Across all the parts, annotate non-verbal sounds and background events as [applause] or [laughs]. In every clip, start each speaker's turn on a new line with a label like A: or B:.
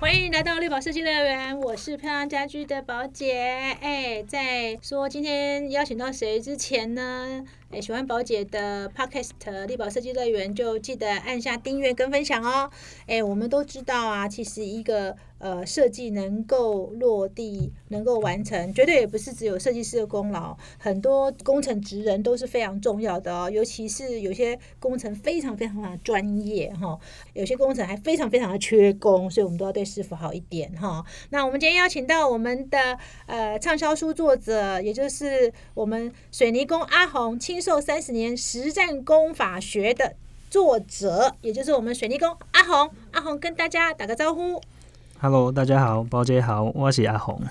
A: 欢迎来到绿宝设计乐园，我是漂亮家居的宝姐。哎，在说今天邀请到谁之前呢，哎，喜欢宝姐的 podcast《绿宝设计乐园》就记得按下订阅跟分享哦。哎，我们都知道啊，其实一个呃设计能够落地、能够完成，绝对也不是只有设计师的功劳，很多工程职人都是非常重要的哦，尤其是有些工程非常非常的专业哈、有些工程还非常非常的缺工，所以我们都要对师傅好一点哈。那我们今天邀请到我们的呃畅销书作者，也就是我们水泥工阿红亲授三十年实战工法学的作者，也就是我们水泥工阿红。阿红跟大家打个招呼。
B: Hello，大家好，包姐好，我是阿红。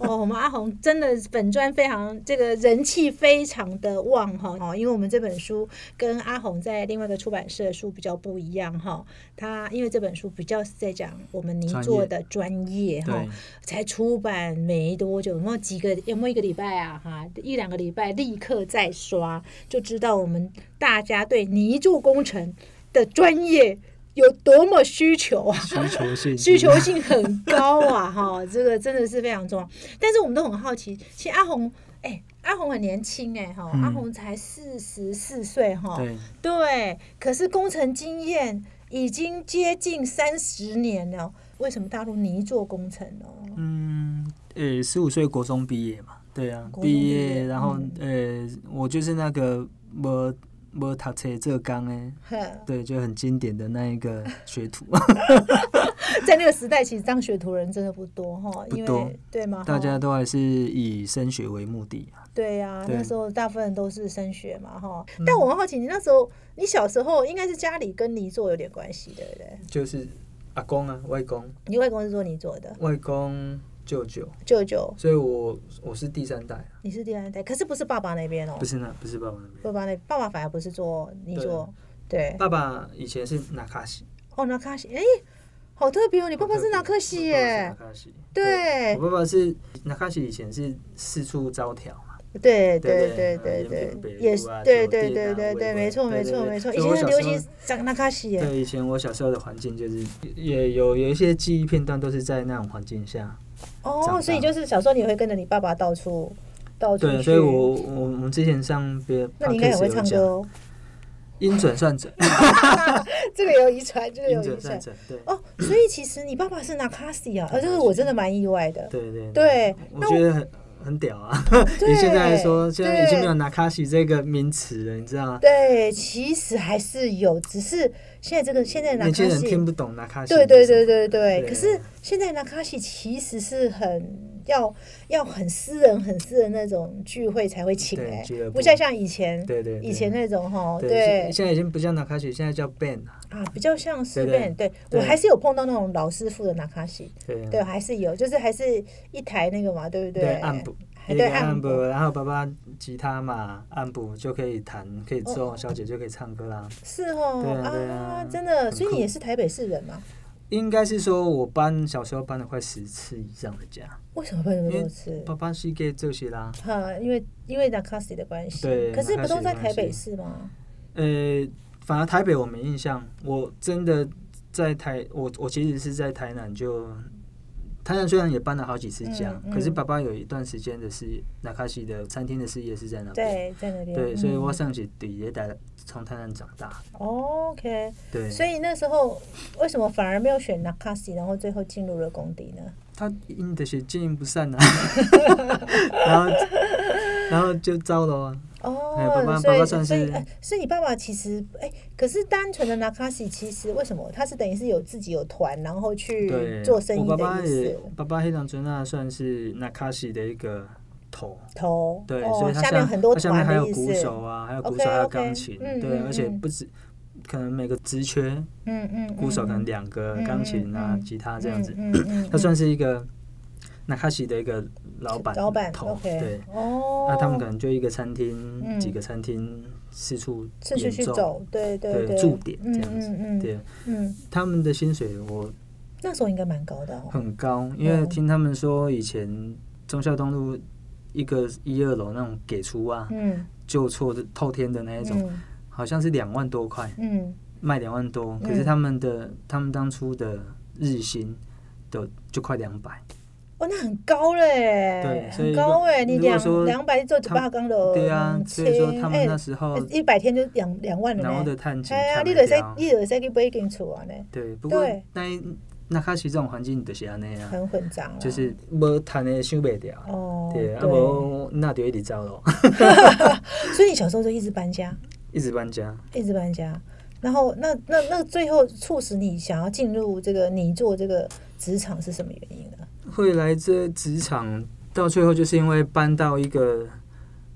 A: 哦，我们阿红真的本专非常这个人气非常的旺哈哦，因为我们这本书跟阿红在另外一个出版社的书比较不一样哈，他因为这本书比较是在讲我们泥做的专业哈
B: [laughs] 对，
A: 才出版没多久，有没有几个有没有一个礼拜啊哈，一两个礼拜立刻再刷，就知道我们大家对泥做工程的专业有多么需求啊。
B: 需求性
A: 需求性很高啊，哈，这个真的是非常重要。但是我们都很好奇，其实阿红，哎、阿红很年轻哎、哈、
B: 嗯
A: 阿红才四十四岁哈，
B: 对
A: 对，可是工程经验已经接近三十年了。为什么大陆泥做工程呢？ [laughs]
B: 嗯，呃，十五岁国中毕业嘛，对啊，
A: 国中
B: 毕
A: 毕业
B: 业，然后呃、我就是那个没没读册浙江诶，
A: 呵
B: 对，就很经典的那一 [laughs] 个学徒，
A: [laughs] 在那个时代，其实当学徒人真的不多哈，
B: 不
A: 因
B: 多
A: 为对吗？
B: 大
A: 哈
B: 家都还是以升学为目的啊。
A: 对呀、
B: 对
A: 那时候大部分都是升学嘛，哈。但我很好奇，你那时候，你小时候应该是家里跟泥做有点关系，对不对？
B: 就是阿公啊，外公，
A: 你外公是做泥做的，
B: 外公舅舅，
A: 舅舅
B: 所以我我是第三代啊，
A: 你是第三代，可是不是爸爸那边哦
B: 不，是那不是爸爸那边，
A: 爸爸那爸爸反而不是做泥做，对。
B: 爸爸以前是纳卡西，
A: 哦，纳卡西，哎，好特别哦，你爸爸是纳克西
B: 我
A: 耶，
B: 爸爸是纳卡西，
A: 对
B: 我爸爸是纳卡西以前是四处招条嘛，
A: 对对
B: 对
A: 对对
B: 对对
A: 对，
B: 对
A: 也
B: 北
A: 是
B: 路啊
A: 对
B: 酒
A: 对
B: 店
A: 对
B: 啊
A: 对
B: 微
A: 对，
B: 博
A: 没错
B: 对
A: 没
B: 对
A: 错
B: 对
A: 没错，以
B: 所以我
A: 前很
B: 小
A: 流
B: 时候
A: 行讲纳卡西耶，
B: 对，以前我小时候的环境就是也有有一些记忆片段都是在那种环境下，长
A: 哦，
B: 大
A: 所以就是小时候你会跟着你爸爸到处到处
B: 对，
A: 去，
B: 所以我我我们之前上别
A: 那你应该很
B: podcast
A: 会
B: 有
A: 唱
B: 讲
A: 歌哦，
B: 音准
A: [laughs]
B: 算准，
A: 这个有遗传，这个
B: 音
A: 有遗
B: 准
A: 传
B: 算，准，对
A: 哦，所以其实你爸爸是纳卡西啊，呃，这个我真的蛮意外的，
B: 对对
A: 对
B: 我
A: 那
B: 觉得很很屌啊！
A: 对
B: [laughs] 以现在来说，现在已经没有
A: 对
B: 纳卡西这个名词了，你知道吗？
A: 对，其实还是有，只是现在这个现在纳
B: 年轻
A: 卡
B: 人
A: 西
B: 听，不懂纳卡西，
A: 对对对对对，
B: 对
A: 可是现在纳卡西其实是很要要很私人、很私人那种聚会才会请
B: 对
A: 哎、
B: 俱乐
A: 不
B: 部
A: 像像以前
B: 对对对
A: 以前那种哈，
B: 对，
A: 对
B: 现现在已经不叫纳卡西，现在叫 band 了。
A: 啊，比较像是
B: 对对
A: 变对我
B: 对
A: 还是有碰到那种老师傅的纳卡西，
B: 对啊
A: 对，还是有，就是还是一台那个嘛，对不
B: 对，暗部，
A: 还
B: 一
A: 对
B: 个
A: 暗
B: 暗
A: 部
B: 部，然后爸爸吉他嘛，暗部就可以弹，可以奏，小姐就可以唱歌啦。
A: 是哦
B: 对啊对
A: 啊
B: 啊
A: 真的，
B: 很
A: 所以你
B: 酷
A: 也是台北市人嘛？
B: 应该是说我搬小时候搬了快十次以上的家，
A: 为什么会那么
B: 因
A: 多
B: 为
A: 次？
B: 爸爸是给这些啦。
A: 哈，因为因为 Nakasi 的关系，
B: 对
A: 可是不都
B: Nakasi
A: 在台
B: 的关系
A: 北市吗？
B: 呃，反而台北我没印象，我真的在台，我我其实是在台南就。台南虽然也搬了好几次家，
A: 嗯嗯
B: 可是爸爸有一段时间的事业，纳卡西的餐厅的事业是在那边。
A: 对，在那边。
B: 对，所以我
A: 嗯、
B: 上起底也在从台南长大。
A: OK，
B: 对，
A: 所以那时候为什么反而没有选 Nakasi，然后最后进入了工地呢？
B: 他因的是经营不善啊，然后然后就糟了啊。哎爸
A: 哦，
B: 爸
A: 所
B: 爸
A: 以
B: 爸
A: 所
B: 算
A: 以
B: 是
A: 哎所以你爸爸其实哎，可是单纯的 Nakasi 其实为什么他是等于是有自己有团，然后去
B: 对，
A: 嗯做生意
B: 我爸爸
A: 的意
B: 也
A: 思。
B: 爸爸黑长尊那算是纳卡西的一个头，
A: 头
B: 对，所
A: 哦，
B: 以他
A: 下面有很多
B: 他下面
A: 团
B: 还
A: 的
B: 有
A: 意
B: 鼓
A: 思，
B: 手啊，还有鼓
A: OK，
B: 手，还有
A: OK，
B: 钢琴，
A: 嗯
B: 对，
A: 嗯
B: 而且
A: 嗯
B: 不止，可能每个职缺，
A: 嗯嗯，
B: 鼓手
A: 嗯
B: 可能两个
A: 嗯，
B: 钢琴啊、
A: 嗯嗯
B: 吉他这样子，
A: 嗯嗯嗯
B: 他算是一个纳卡西的一个老板
A: 老板
B: 头，
A: ，OK，
B: 对。
A: 哦，
B: 那他们可能就一个餐厅、
A: 嗯
B: 几个餐厅四处
A: 次次
B: 演
A: 去
B: 奏，
A: 走，对对
B: 对驻点这样子
A: 嗯嗯嗯
B: 对，
A: 嗯，
B: 他们的薪水我
A: 那时候应该蛮高的哦。
B: 很高，因为
A: 嗯
B: 听他们说以前忠孝东路一个一二楼那种给出啊，
A: 嗯，
B: 就错的透天的那一种，
A: 嗯
B: 好像是两万多块，
A: 嗯，
B: 卖两万多，
A: 嗯
B: 可是他们的他们当初的日薪有就快两百。
A: 哦，那很高嘞，
B: 对所以
A: 很
B: 如果
A: 高哎，你
B: 如果
A: 两
B: 说
A: 两百做几
B: 他
A: 百工的，
B: 对啊，
A: 两
B: 所以说他们
A: 千欸
B: 那时候
A: 哎一百天就两两万了
B: 然后
A: 呢
B: 的。探景
A: 哎呀，
B: 看
A: 你
B: 不
A: 就使
B: 掉，
A: 你就使去买一间厝啊呢，
B: 对，不过
A: 对
B: 那一那开始这种环境就是安尼啊，
A: 很混账啊。
B: 就是无趁的想袂掉，
A: 哦，
B: 对，啊无那就一直走咯， [laughs]
A: 所以你小时候就一直搬家，
B: 一直搬家。
A: 一直搬家，然后那那那最后促使你想要进入这个你做这个职场是什么原因呢？
B: 会来这职场到最后，就是因为搬到一个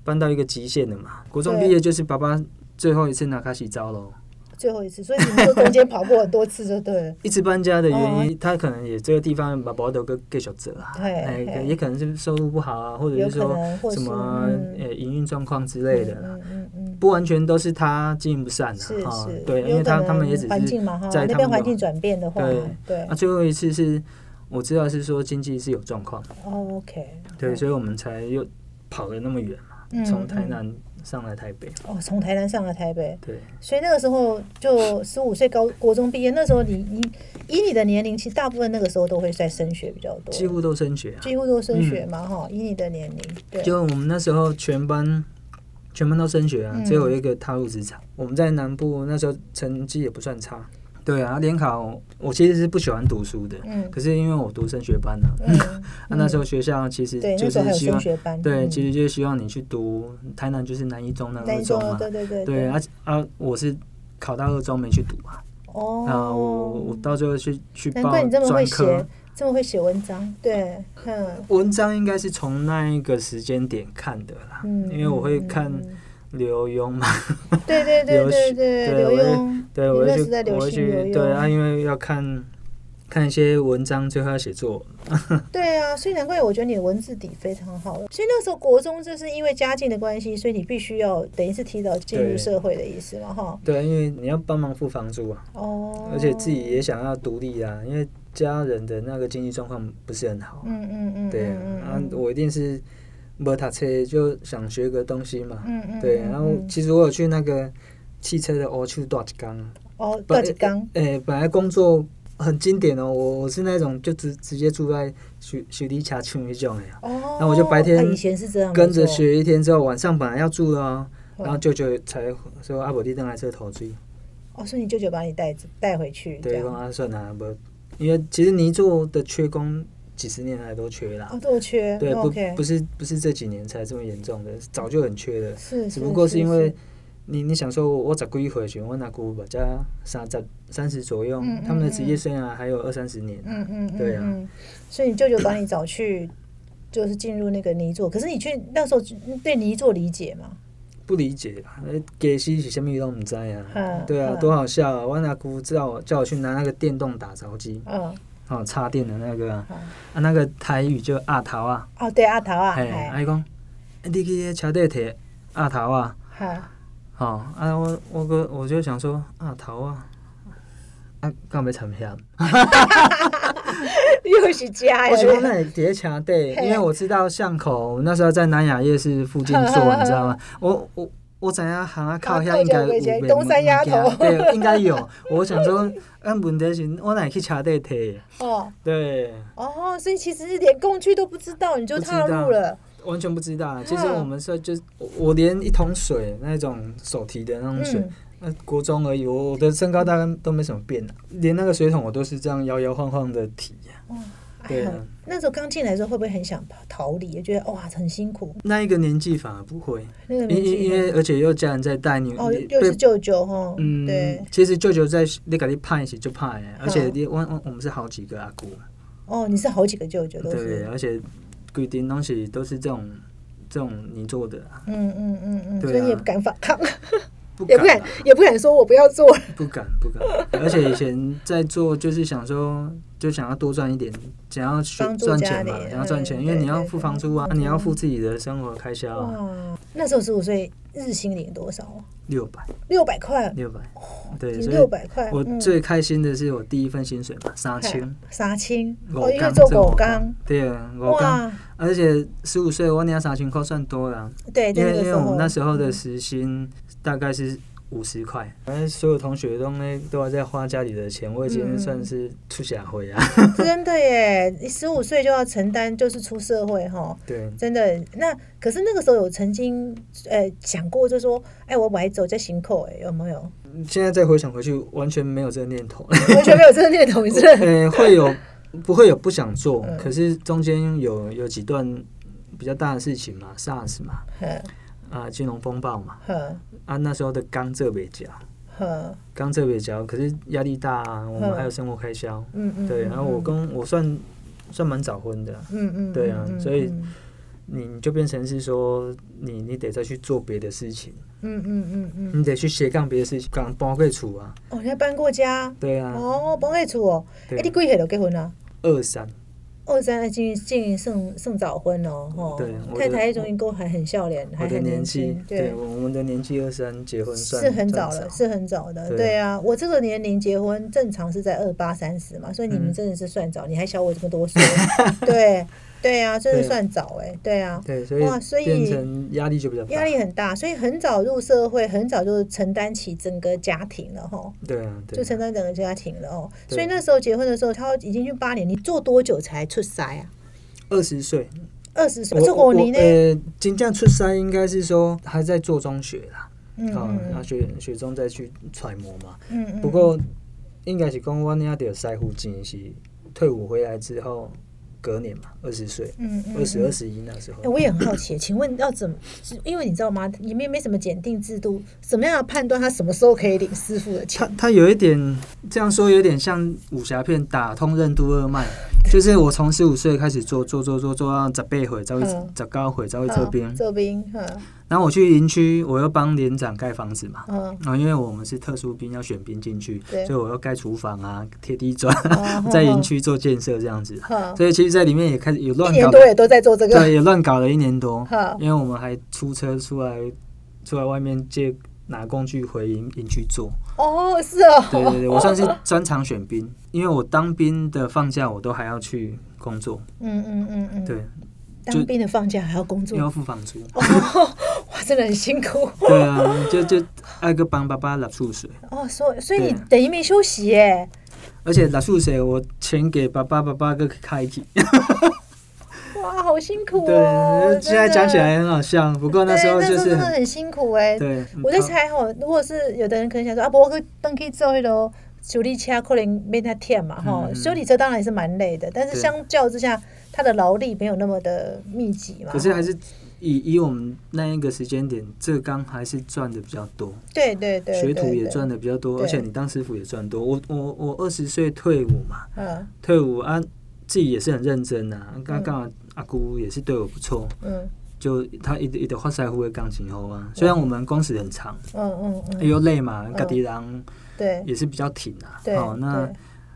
B: 搬到一个极限了嘛。国中
A: 对
B: 毕业就是爸爸最后一次拿卡西招喽。
A: 最后一次，所以你们就中间跑过很多次就对了。
B: 一直搬家的原
A: 哦
B: 因，他可能也这个地方把宝都给给小折啊，
A: 嘿
B: 哎
A: 嘿，
B: 也可能是收入不好啊，或者
A: 有
B: 是
A: 可
B: 说
A: 能或
B: 什
A: 是
B: 么
A: 嗯
B: 呃营运状况之类的啦，
A: 嗯嗯嗯，
B: 不完全都是他经营不善
A: 是
B: 啊，哈
A: 是，
B: 对，因
A: 有
B: 为他
A: 可
B: 他们也
A: 能
B: 只
A: 环境
B: 是
A: 嘛哈，
B: 在
A: 那
B: 他
A: 边
B: 们
A: 环
B: 的
A: 境转变的话，
B: 对
A: 对
B: 啊，最后一次是我知道是说经济是有状况，
A: 哦，OK，
B: 对，所以我们才又跑了那么远。
A: 嗯
B: 从台
A: 嗯
B: 南上来台北，
A: 哦，从台南上了台北，
B: 对，
A: 所以那个时候就十五岁高国中毕业，那时候你你以你的年龄，其实大部分那个时候都会在升学比较多，
B: 几乎都升学啊。
A: 几乎都升学嘛哈、以你的年龄，对，
B: 就我们那时候全班，全班都升学啊，
A: 嗯
B: 只有一个踏入职场。我们在南部那时候成绩也不算差，对啊，联考我其实是不喜欢读书的，
A: 嗯
B: 可是因为我读升学班呢、 [laughs] 啊，
A: 嗯
B: 那那时候学校其实
A: 对，
B: 就
A: 那时候还有
B: 是希
A: 升
B: 望，
A: 学班，
B: 对，
A: 嗯
B: 其实就是希望你去读台南就是南一中、南
A: 那
B: 二
A: 一种
B: 中嘛，
A: 对对对
B: 对啊啊，我是考到二中没去读啊，
A: 哦，
B: 啊，我我到最后去去
A: 难
B: 报
A: 怪你这么会
B: 专科
A: 写。，这么会写文章，对，嗯
B: 文章应该是从那一个时间点看的啦，
A: 嗯，
B: 啊因为我会
A: 嗯
B: 看
A: 嗯
B: 刘墉嘛，
A: [laughs] 对对对
B: 流
A: 对
B: 行
A: 对，
B: 对
A: 刘
B: 我也
A: 墉，
B: 对
A: 你
B: 我
A: 那
B: 会去
A: 时代流
B: 我会
A: 行刘
B: 去
A: 墉，
B: 对啊，因为要看看一些文章，最后要写作文嘛，
A: 对啊，所以难怪我觉得你的文字底非常好。所以那时候国中就是因为家境的关系，所以你必须要等于是提早进入
B: 对
A: 社会的意思嘛，哈。
B: 对啊，因为你要帮忙付房租啊，
A: 哦。
B: 而且自己也想要独立啊，因为家人的那个经济状况不是很好，
A: 嗯，嗯嗯嗯，
B: 对啊，
A: 嗯
B: 然后我一定是没读册就想学个东西嘛，
A: 嗯嗯，
B: 对，
A: 嗯
B: 然后
A: 嗯
B: 其实我有去那个汽车的欧去多吉冈，
A: 哦，
B: 本
A: 段子刚，
B: 诶、本来工作很经典哦，我我是那种就直直接住在雪雪地下村那种的啊，
A: 哦，
B: 那我就白天
A: 啊以前是这样，
B: 跟着
A: 没错，
B: 学一天之后，晚上本来要住了、哦，
A: 嗯
B: 然后舅舅才说啊阿伯弟登来这头追，
A: 哦，所以你舅舅把你带带回去，这
B: 对，
A: 样
B: 讲，啊算啦，不，因为其实泥做的缺工几十年来都缺啦，
A: 哦，都有缺，
B: 对，
A: 哦
B: 不
A: OK，
B: 不是不是这几年才这么严重的，早就很缺的，
A: 是，
B: 只不过是因为
A: 是。
B: 你你想说我，我十几岁的时候，我那姑把家三十三十左右，
A: 嗯嗯
B: 他们的职业
A: 嗯
B: 生涯还有二三十年啊、
A: 嗯嗯嗯，
B: 对啊
A: 嗯，所以你舅舅把你找去，就是进入那个泥作，可是你去那时候对泥作理解嘛？
B: 不理解啦，呃给西是什么都唔知啊
A: 嗯，
B: 对啊，
A: 嗯
B: 多好笑啊！我阿姑知道我叫我去拿那个电动打着机，
A: 嗯，
B: 哦，插电的那个啊，
A: 嗯
B: 啊那个台语就阿头啊，
A: 哦，对，阿桃啊，
B: 嘿，
A: 哎，
B: 啊伊讲，你去那桥底摕阿头啊，
A: 哈， [laughs]
B: 哦，啊我我个我就想说阿头啊，啊干要参香，
A: 又是家
B: 我
A: 哎呀
B: 想，说那底下桥底，
A: 嘿
B: 因为我知道巷口，我那时候在南雅夜市附近
A: [laughs]
B: 做，你知道吗？我我。我知影行啊靠遐应该有卖
A: 东山鸭头
B: 物件对，应该有。我想说，啊，问题是，我哪会去车底摕？
A: 哦
B: 对，
A: 哦，所以其实是连工具都不知道，你就踏入了，
B: 完全不知道啊。其
A: 嗯
B: 实我们是就是，我我连一桶水那种手提的那种水，
A: 嗯，
B: 那、国中而已，我我的身高大概都没什么变、啊，连那个水桶我都是这样摇摇晃晃的提、啊。
A: 哎
B: 对啊
A: 呀，那时候刚进来的时候会不会很想逃离？也觉得哇很辛苦，
B: 那一个年纪反而不会，
A: 那个年
B: 因因因
A: 纪，
B: 为而且又有家人在带你，
A: 哦，
B: 你
A: 又
B: 被
A: 是舅舅哈，
B: 嗯，
A: 对，嗯
B: 其实舅舅在你给你派是就派的，而且你我我我们是好几个阿姑，啊
A: 哦，你是好几个舅舅都
B: 对，啊
A: 是，
B: 而且规定东西都是这种这种你做的啊，
A: 嗯嗯嗯嗯，所
B: 对
A: 以
B: 啊
A: 你也不敢反抗，
B: 不
A: 也不敢
B: 啊，
A: 也不敢说我不要做，
B: 不敢，不敢。 [laughs] 而且以前在做，就是想说，就想要多赚一点，想要学
A: 帮助
B: 赚
A: 家
B: 钱嘛
A: 里，
B: 想要赚钱，
A: 嗯
B: 因为
A: 对
B: 你要
A: 对
B: 付
A: 对
B: 房租啊，
A: 嗯
B: 你要付自己的生活开销啊，
A: 哇，那时候十五岁日薪领多少啊？
B: 六百，
A: 六百块，
B: 六百，对，
A: 领
B: 所
A: 六
B: 以
A: 百块，
B: 我
A: 嗯
B: 最开心的是我第一份薪水嘛，三千，
A: 杀青，
B: 五
A: 哦，因为
B: 天
A: 做
B: 这
A: 狗
B: 五
A: 缸
B: 天，对，啊我刚，
A: 哇，
B: 而且十五岁我领三千块算多了，
A: 对，
B: 因
A: 在
B: 为
A: 那
B: 因
A: 哎个时嗯
B: 为我
A: 候
B: 们那时候的时薪大概是五十块，反正所有同学都那都要在花家里的钱，我已
A: 嗯
B: 经算是出社会啊。
A: [laughs] 真的耶，十五岁就要承担，就是出社会哈。
B: 对，
A: 真的，那可是那个时候有曾经呃想过，就说，哎、我白走在行扣，哎，有没有？
B: 现在再回想回去，完全没有这个念
A: [laughs]
B: 头。
A: 完全没有这个念头，你真的
B: 呃，会有不会有不想做
A: 嗯，
B: 可是中间有有几段比较大的事情嘛，SARS 嘛，
A: 呵
B: 啊，金融风暴嘛，
A: 呵
B: 啊，那时候的刚浙北角，
A: 呵，
B: 刚浙北角，可是压力大、啊，我们
A: 嗯
B: 还有生活开销，
A: 嗯嗯，
B: 对，
A: 嗯
B: 然后我，跟我算算蛮早婚的，
A: 嗯嗯，
B: 对啊
A: 嗯
B: 所以，
A: 嗯
B: 你你就变成是说你你得再去做别的事情，
A: 嗯嗯嗯嗯，
B: 你得去斜杠别的事情，刚包括处啊，
A: 哦，你还搬过家，
B: 对啊，
A: 哦，搬过厝哦，哎，你
B: 对，
A: 几岁就结婚啊？
B: 二三，
A: 二三进进算算早婚哦，吼
B: 对我，
A: 太
B: 的
A: 太终于够还很笑脸，还
B: 我的
A: 很年
B: 纪
A: 轻，，
B: 对，我们的年纪二三结婚算
A: 是很
B: 算
A: 早了，是很早的，
B: 对
A: 对啊，我这个年龄结婚正常是在二八三十嘛，所以你们
B: 嗯
A: 真的是算早，你还小我这么多岁，对对啊，真的
B: 对啊
A: 算早哎、对啊，
B: 对，所
A: 哇所以
B: 以变成压力就比较大。
A: 压力很大，所以很早入社会，很早就承担起整个家庭了哈，
B: 对啊，对
A: 就
B: 啊
A: 承担整个家庭了哦，
B: 对
A: 所以那时候结婚的时候，他已经去八年，你做多久才出塞啊？
B: 二十岁，
A: 二十岁，这五年呢？
B: 呃，金匠出山应该是说还在做中学啦，
A: 嗯
B: 啊，然后
A: 嗯
B: 学学中再去揣摩嘛。
A: 嗯嗯，
B: 不过应该是讲我那得塞户金是退伍回来之后隔年嘛，二十岁，
A: 嗯嗯
B: 二十二十一那时候
A: 哎、。我也很好奇，请问要怎么？是因为你知道吗？里面没什么检定制度，怎么样的判断他什么时候可以领师傅的
B: 他
A: 钱？
B: 他有一点这样说，有点像武侠片打通任督二脉，就是我从十五岁开始做做做做做到十八岁，才会
A: 嗯
B: 十九岁才会这边
A: 嗯。这边，嗯
B: 然后我去营区，我要帮连长盖房子嘛。
A: 嗯
B: 然后因为我们是特殊兵，要选兵进去，
A: 对
B: 所以我要盖厨房啊、贴地砖，
A: 哦
B: [laughs] 在营区做建设这样子。
A: 哈，
B: 所以其实，在里面也开始有
A: 一
B: 乱
A: 年
B: 搞，
A: 多也都在做这个，
B: 对，也乱搞了一年多
A: 哈。
B: 因为我们还出车出来，出来外面借拿工具回营营区做。
A: 哦，是哦，
B: 对对对，我算是专长选兵，因为我当兵的放假我都还要去工作，
A: 嗯嗯嗯嗯，
B: 对，
A: 当兵的放假还要工作
B: 又，要付房租。
A: 哦，哇，真的很辛苦
B: 对啊，就就挨个帮爸爸拉醋水。
A: 哦，所以所以你
B: 对
A: 等于没休息耶，
B: 而且拿宿舍我钱给爸爸，爸爸个开起。
A: 哇，好辛苦哦
B: 对，，现
A: 真
B: 在
A: 的
B: 讲起来很好笑，不过那时候
A: 对
B: 就
A: 真
B: 是
A: 的
B: 很
A: 很辛苦哎，
B: 对。
A: 我在猜吼，如果是有的人可能想说啊，不过去登去做迄啰修理车，可能没太忝嘛吼、
B: 嗯嗯
A: 修理车当然也是蛮累的，但是
B: 对
A: 相较之下，它的劳力没有那么的密集嘛。
B: 可是还是以以我们那一个时间点，这刚还是赚的比较多，
A: 对对对，
B: 学徒
A: 对
B: 也赚，的比较多，
A: 对
B: 而且你当师傅也赚多。我我我二十岁退伍嘛，
A: 对嗯
B: 退伍啊，自己也是很认真啊。刚刚好阿姑也是对我不错，
A: 嗯
B: 就他一直一直发腮胡的钢琴后啊，虽然我们工时很长，
A: 嗯嗯嗯，
B: 又累嘛，
A: 嗯
B: 家己人
A: 对
B: 也是比较挺啊。
A: 对，
B: 好，那
A: 对嗯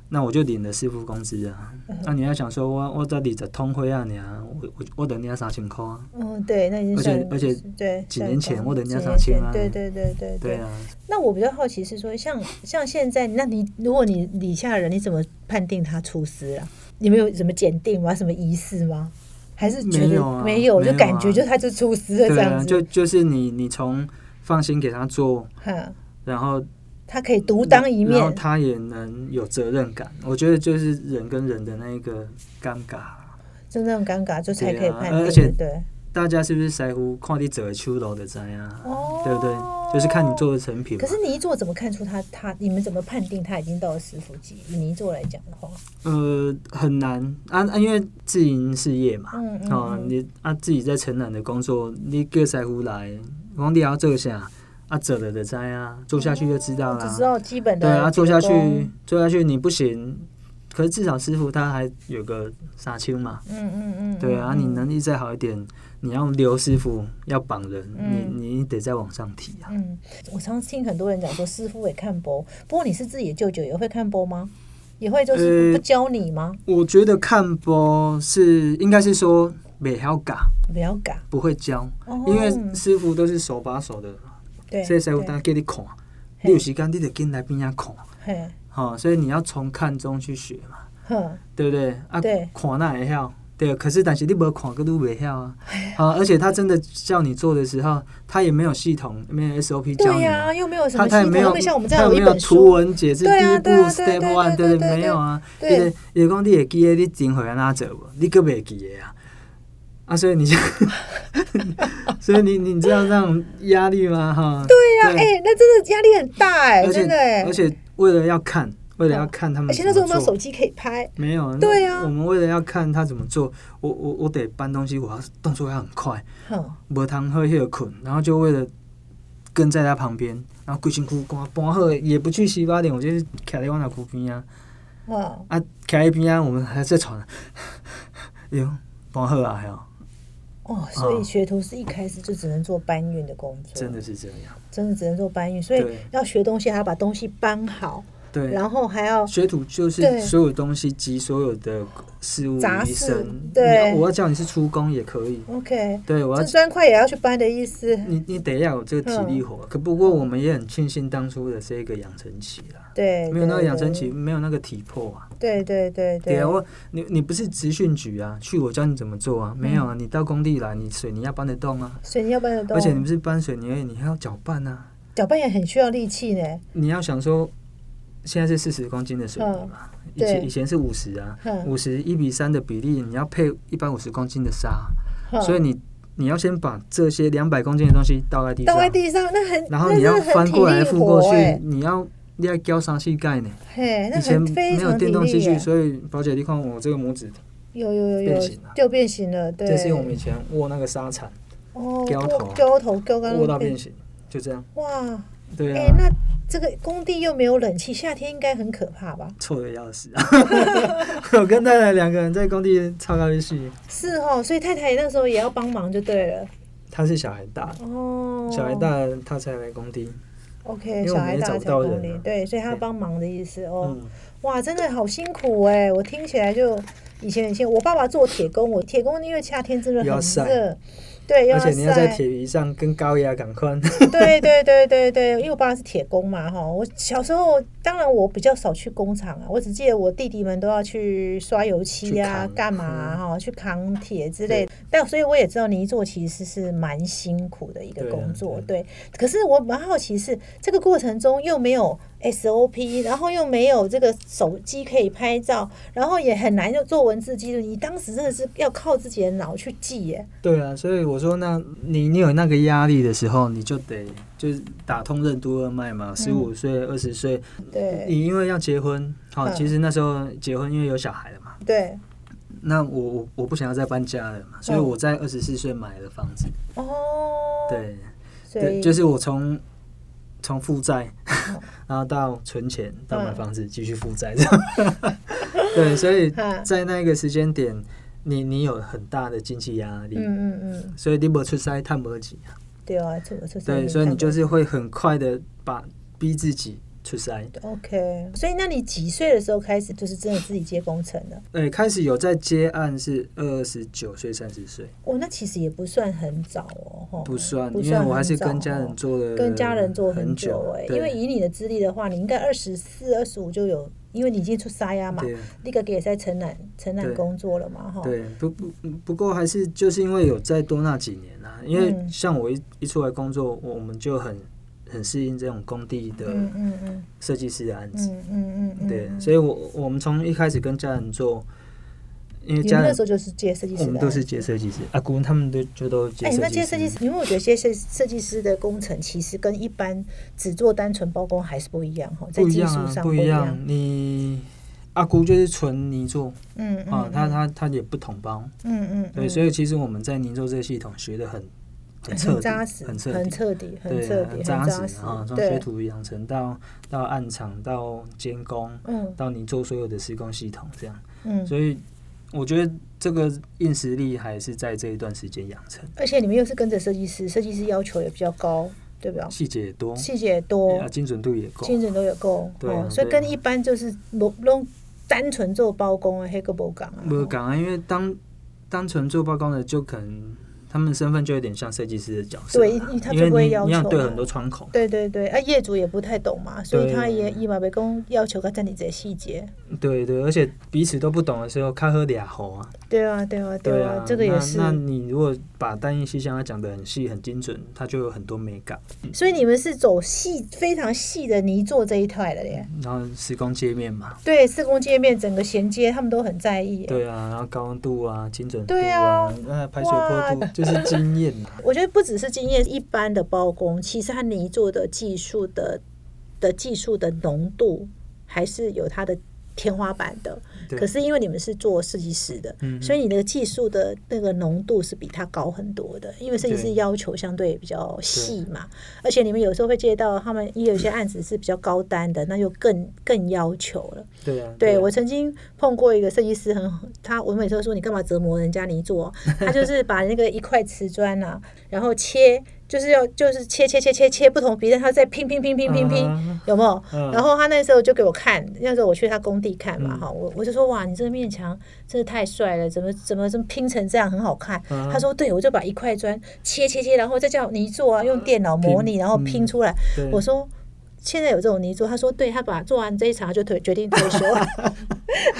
B: 那我就领了师傅工资啊。那、你要想说我我在里头通会啊你啊，我我我等你要三千块啊，
A: 嗯对，那已经
B: 而且
A: 算
B: 而且
A: 对
B: 几
A: 算
B: 年
A: 高
B: 前或者人家
A: 几
B: 赏
A: 年
B: 金
A: 前
B: 啊
A: 对对对对
B: 对啊，
A: 那我比较好奇是说，像像现在，那你如果你底下的人，你怎么判定他出师啊？你们有什么检定吗？什么仪式吗？还是觉得
B: 没有啊
A: 没有
B: 没有
A: 就感觉
B: 啊
A: 就他就出师了这
B: 对
A: 样
B: 啊，
A: 子，
B: 就就是你你从放心给他做，
A: 哈，
B: 然后
A: 他可以独当一
B: 嗯然后
A: 面，
B: 他也能有责任感。我觉得就是人跟人的那一个尴尬，
A: 就那种尴尬，就才可以
B: 对啊
A: 判
B: 而
A: 定，
B: 且
A: 对不对
B: 大家是不是在乎看你走的秋楼的灾啊？
A: 哦
B: 对不对？就是看你做的成品嘛
A: 可。是你一做怎么看出他他？你们怎么判定他已经到了师傅级？以你一做来讲的话，
B: 呃，很难啊啊，因为自营事业嘛，
A: 嗯嗯
B: 哦，
A: 嗯
B: 你啊自己在承揽的工作，你叫师傅来，我你也要做啥，啊做了就知啊，做下去就知道
A: 只
B: 啦。
A: 哦知道基本的
B: 对啊，做
A: 结
B: 下去
A: 构，
B: 做下去你不行，可是至少师傅他还有个杀青嘛，
A: 嗯嗯嗯，
B: 对啊，
A: 嗯
B: 你能力再好一点，你要留师傅要绑人，
A: 嗯
B: 你你得再往上提啊。
A: 嗯，我常听很多人讲说，师傅也看波，不过你是自己的舅舅，也会看波吗？也会就是不
B: 呃
A: 不教你吗？
B: 我觉得看波是应该是说美好嘎
A: 不要嘎，
B: 不会教，
A: 哦
B: 因为师傅都是手把手的。
A: 对，
B: 所以师傅
A: 对
B: 当叫你看，
A: 嘿
B: 你有时间你得跟来边仔看，
A: 嘿，
B: 吼、所以你要从看中去学嘛，
A: 哼，
B: 对不对？啊，
A: 对
B: 看那会晓，对，可是但是你无看，个都袂晓
A: [laughs]
B: 啊。好，而且他真的叫你做的时候，他也没有系统，没有 SOP 教
A: 对
B: 你啊。
A: 呀、又没有什么
B: 他
A: 系
B: 他也
A: 统，
B: 没有，
A: 又没像我们这样
B: 他
A: 有
B: 也
A: 一
B: 没有
A: 本
B: 图
A: 书。
B: 文解释第
A: 对啊
B: 一步
A: 对啊对
B: step
A: 对
B: one，
A: 对
B: 对
A: 对
B: 不
A: 对
B: 没有啊，
A: 对
B: 对个也讲你会记得你前回安怎做无，你佫袂记得啊。啊，所以你就，所以你你知道那种压力吗？哈，
A: 对呀、哎、那真的压力很大哎、
B: 而且
A: 真的哎、
B: 而且为了要看，为了要看他们
A: 而且
B: 怎
A: 那
B: 么
A: 时候
B: 做，
A: 没有手机可以拍，
B: 没有，那
A: 对啊
B: 我们为了要看他怎么做，我我我得搬东西，我要动作要很快，
A: 哼，
B: 无通好歇困，然后就为了跟在他旁边，然后规身躯光搬好，也不去洗发店，我就是徛在我那躯边啊，
A: 哇，
B: 啊，徛在边啊， [laughs] 我们还在床，哎呦，搬好啊，还有，
A: 哦，所以学徒是一开始就只能做搬运的工作，
B: 啊真的是这样，
A: 真的只能做搬运，所以
B: 对
A: 要学东西还要把东西搬好，
B: 对，
A: 然后还要
B: 学徒就是
A: 对
B: 所有东西集所有的事物
A: 杂
B: 于一
A: 事
B: 身，
A: 对
B: 你要我要叫你是出工也可以，
A: OK，
B: 对我
A: 这
B: 要嗯
A: 砖块也要去搬的意思，
B: 你你得要有这个体力活，啊
A: 嗯
B: 可不过我们也很庆幸当初的这个养成期啦，
A: 对，
B: 没有那个
A: 对
B: 养成期，，没有那个体魄啊。
A: 对对对
B: 对啊，我你你不是职训局啊，去我教你怎么做啊？没
A: 嗯
B: 有啊，你到工地来，你水泥要搬得动啊，
A: 水泥要搬得动，
B: 而且你不是搬水泥而已，你还要搅拌啊，
A: 搅拌也很需要力气呢，
B: 你要想说。现在是四十公斤的水泥嘛，
A: 嗯
B: 以
A: 对嗯
B: 前以前是五十啊，
A: 哼
B: 五十一比三的比例，你要配一百五十公斤的沙，
A: 哼
B: 所以你你要先把这些两百公斤的东西倒在地上
A: 倒，在地上那很，
B: 然后
A: 那
B: 你
A: 真
B: 要
A: 的很
B: 翻
A: 体
B: 过来
A: 力
B: 覆过
A: 活
B: 去
A: 哎，
B: 你要你要交上去盖呢。
A: 嘿，那
B: 以前
A: 很非
B: 没有
A: 常体
B: 电动
A: 力
B: 器具，
A: 耶，
B: 所以宝姐，你看我这个拇指，
A: 有有有
B: 变
A: 有
B: 形了，
A: 就变形了，对，
B: 这是我们以前握那个沙铲
A: 哦，
B: 胶头啊
A: 胶头胶干
B: 握到变形，就这样。
A: 哇，
B: 对
A: 哎、
B: 啊，
A: 那这个工地又没有冷气，夏天应该很可怕吧？
B: 臭的要死。啊 [laughs] 我跟太太两个人在工地唱咖啡戏，
A: 是哦，所以太太那时候也要帮忙就对了。
B: 他是小孩大，
A: 哦，
B: 小孩大了他才来工地。
A: ，OK，
B: 因为
A: 小
B: 我们
A: 孩
B: 也
A: 大
B: 找
A: 才
B: 不到
A: 帮
B: 人
A: 你
B: 啊，
A: 对，所以他
B: 对
A: 帮忙的意思哦。
B: 嗯，
A: 哇，真的好辛苦哎、我听起来就以前以前我爸爸做铁工，我铁工因为夏天真的
B: 又要
A: 很
B: 晒
A: 热，对，又
B: 而且你要在
A: 晒，
B: 铁皮上跟高压赶快。
A: [laughs] 对对对对对，因为我爸爸是铁工嘛哈。我小时候当然我比较少去工厂啊，我只记得我弟弟们都要去刷油漆啊
B: 去，扛嗯
A: 干嘛啊哈、去扛铁之类的。但所以我也知道泥做其实是蛮辛苦的一个
B: 对啊
A: 工作，
B: 对
A: 对。可是我蛮好奇是这个过程中又没有 SOP，然后又没有这个手机可以拍照，然后也很难就做文字记录。你当时真的是要靠自己的脑去记耶，
B: [laughs] 对啊，所以我说那，你你有那个压力的时候，你就得就是打通任督二脉嘛。十五岁、二十岁，
A: 嗯对
B: 你因为要结婚，好、
A: 嗯
B: 其实那时候结婚因为有小孩了嘛。
A: 对
B: 那我我我不想要再搬家了嘛，
A: 嗯
B: 所以我在二十四岁买了房子。
A: 哦，，
B: 对
A: 所以
B: 对，就是我从从负债，
A: 哦
B: [laughs] 然后到存钱，到买房子，继续负
A: [laughs]
B: 债这样。对，所以
A: 哈
B: 在那个时间点，你你有很大的经济压力。
A: 嗯嗯嗯，
B: 所以你没出塞，探不及。
A: 对啊，这个这是
B: 对，所以你就是会很快的把逼自己出塞。
A: OK。所以那你几岁的时候开始就是真的自己接工程的？
B: 呃，开始有在接案是二十九岁、三十岁，
A: 哦，那其实也不算很早哦，吼
B: 不算，
A: 不
B: 因为
A: 算
B: 我还是
A: 很早
B: 跟家
A: 哦
B: 人做了，
A: 跟家人做
B: 很
A: 久哎、
B: 对
A: 因为以你的资历的话，你应该二十四、二十五就有，因为你已经出沙压嘛，
B: 对
A: 那个也在城南城南
B: 对
A: 工作了嘛，哈，
B: 对，不不不过还是就是因为有再多那几年啊，因为
A: 嗯
B: 像我一一出来工作，我我们就很很适应这种工地的
A: 嗯嗯嗯
B: 设计师的案子，
A: 嗯嗯嗯嗯，
B: 对，
A: 以
B: 所以我我们从一开始跟家人做，因为
A: 你
B: 家
A: 们那
B: 人
A: 时候就是接设计师的
B: 我
A: 案子，
B: 们都是接设计师，阿姑他们都就都接
A: 哎、
B: 设
A: 那
B: 计
A: 接设计
B: 师
A: 师，，因为我觉得接设设计师的工程其实跟一般只做单纯包工还是不一样哈，在
B: 不一
A: 技
B: 样
A: 术
B: 啊，
A: 上
B: 不
A: 一
B: 一样，你。阿姑就是纯泥做
A: 嗯嗯
B: 啊，他他他也不统包，
A: 嗯嗯，
B: 对，
A: 嗯
B: 所以其实我们在泥做这个系统学的很很彻
A: 很
B: 底，
A: 扎实，
B: 很
A: 很
B: 彻底，
A: 彻底，很
B: 对，
A: 彻底，
B: 很
A: 很
B: 扎
A: 扎
B: 实
A: 实
B: 啊，从学
A: 对，
B: 徒养成到到暗场到监工，
A: 嗯
B: 到你做所有的施工系统这样，
A: 嗯，
B: 所以我觉得这个硬实力还是在这一段时间养成，
A: 而且你们又是跟着设计师，设计师要求也比较高，对不对？
B: 细节也多，
A: 细节也多
B: 啊，，精准度也够，
A: 精准都有够，
B: 对啊
A: 哦所以
B: 对啊
A: 跟一般就是不弄单纯做包工的黑个不讲啊，
B: 没有讲啊，因为当单纯做包工的就可能。他们的身份就有点像设计师的角色啦，
A: 对因为他
B: 因
A: 就不
B: 为
A: 会
B: 你
A: 要
B: 你要
A: 求
B: 对
A: 嘛
B: 很多窗口，
A: 对对对，啊，业主也不太懂嘛，所以他也
B: 对啊
A: 伊嘛袂讲要求较遮尔这细节。
B: 对对，而且彼此都不懂的时候，开喝俩猴啊，
A: 对啊，对啊，
B: 对
A: 啊
B: 啊，，
A: 这个也
B: 那
A: 是。
B: 那你如果把单一细项要讲的很细很精准，它就有很多美感，
A: 所以你们是走细非常细的泥做这一块的耶。
B: 然后施工界面嘛，
A: 对，施工界面整个衔接，他们都很在意耶。
B: 对啊，然后高度啊、精准度
A: 对啊
B: 啊，那排水坡度就是经验啊。
A: 我觉得不只是经验一般的包工，其实它泥做的技术的的技术的浓度还是有它的天花板的。
B: 对
A: 可是因为你们是做设计师的，
B: 嗯
A: 所以你的技术的那个浓度是比它高很多的，因为设计师
B: 对
A: 要求相对比较细嘛。而且你们有时候会接到他们，也有些案子是比较高单的，那就更更要求了。
B: 对啊，
A: 对
B: 啊
A: 我曾经碰过一个设计师很，他我每次都说你干嘛折磨人家泥做，啊 [laughs] 他就是把那个一块瓷砖啊，然后切，就是要就是切切切切切不同比例，他再拼拼拼拼拼拼，
B: 啊
A: 有没有？
B: 嗯
A: 然后他那时候就给我看，那时候我去他工地看嘛，
B: 嗯
A: 哈、我我就说哇，你这个面墙真的太帅了，怎么怎么这么拼成这样很好看？
B: 嗯
A: 他说对，我就把一块砖切切切，然后再叫泥做啊，用电脑模拟，
B: 拼
A: 然后
B: 嗯
A: 拼出来。
B: 对
A: 我说。现在有这种泥做，他说对，他把做完这一场他就退决定退休
B: [laughs]
A: 了，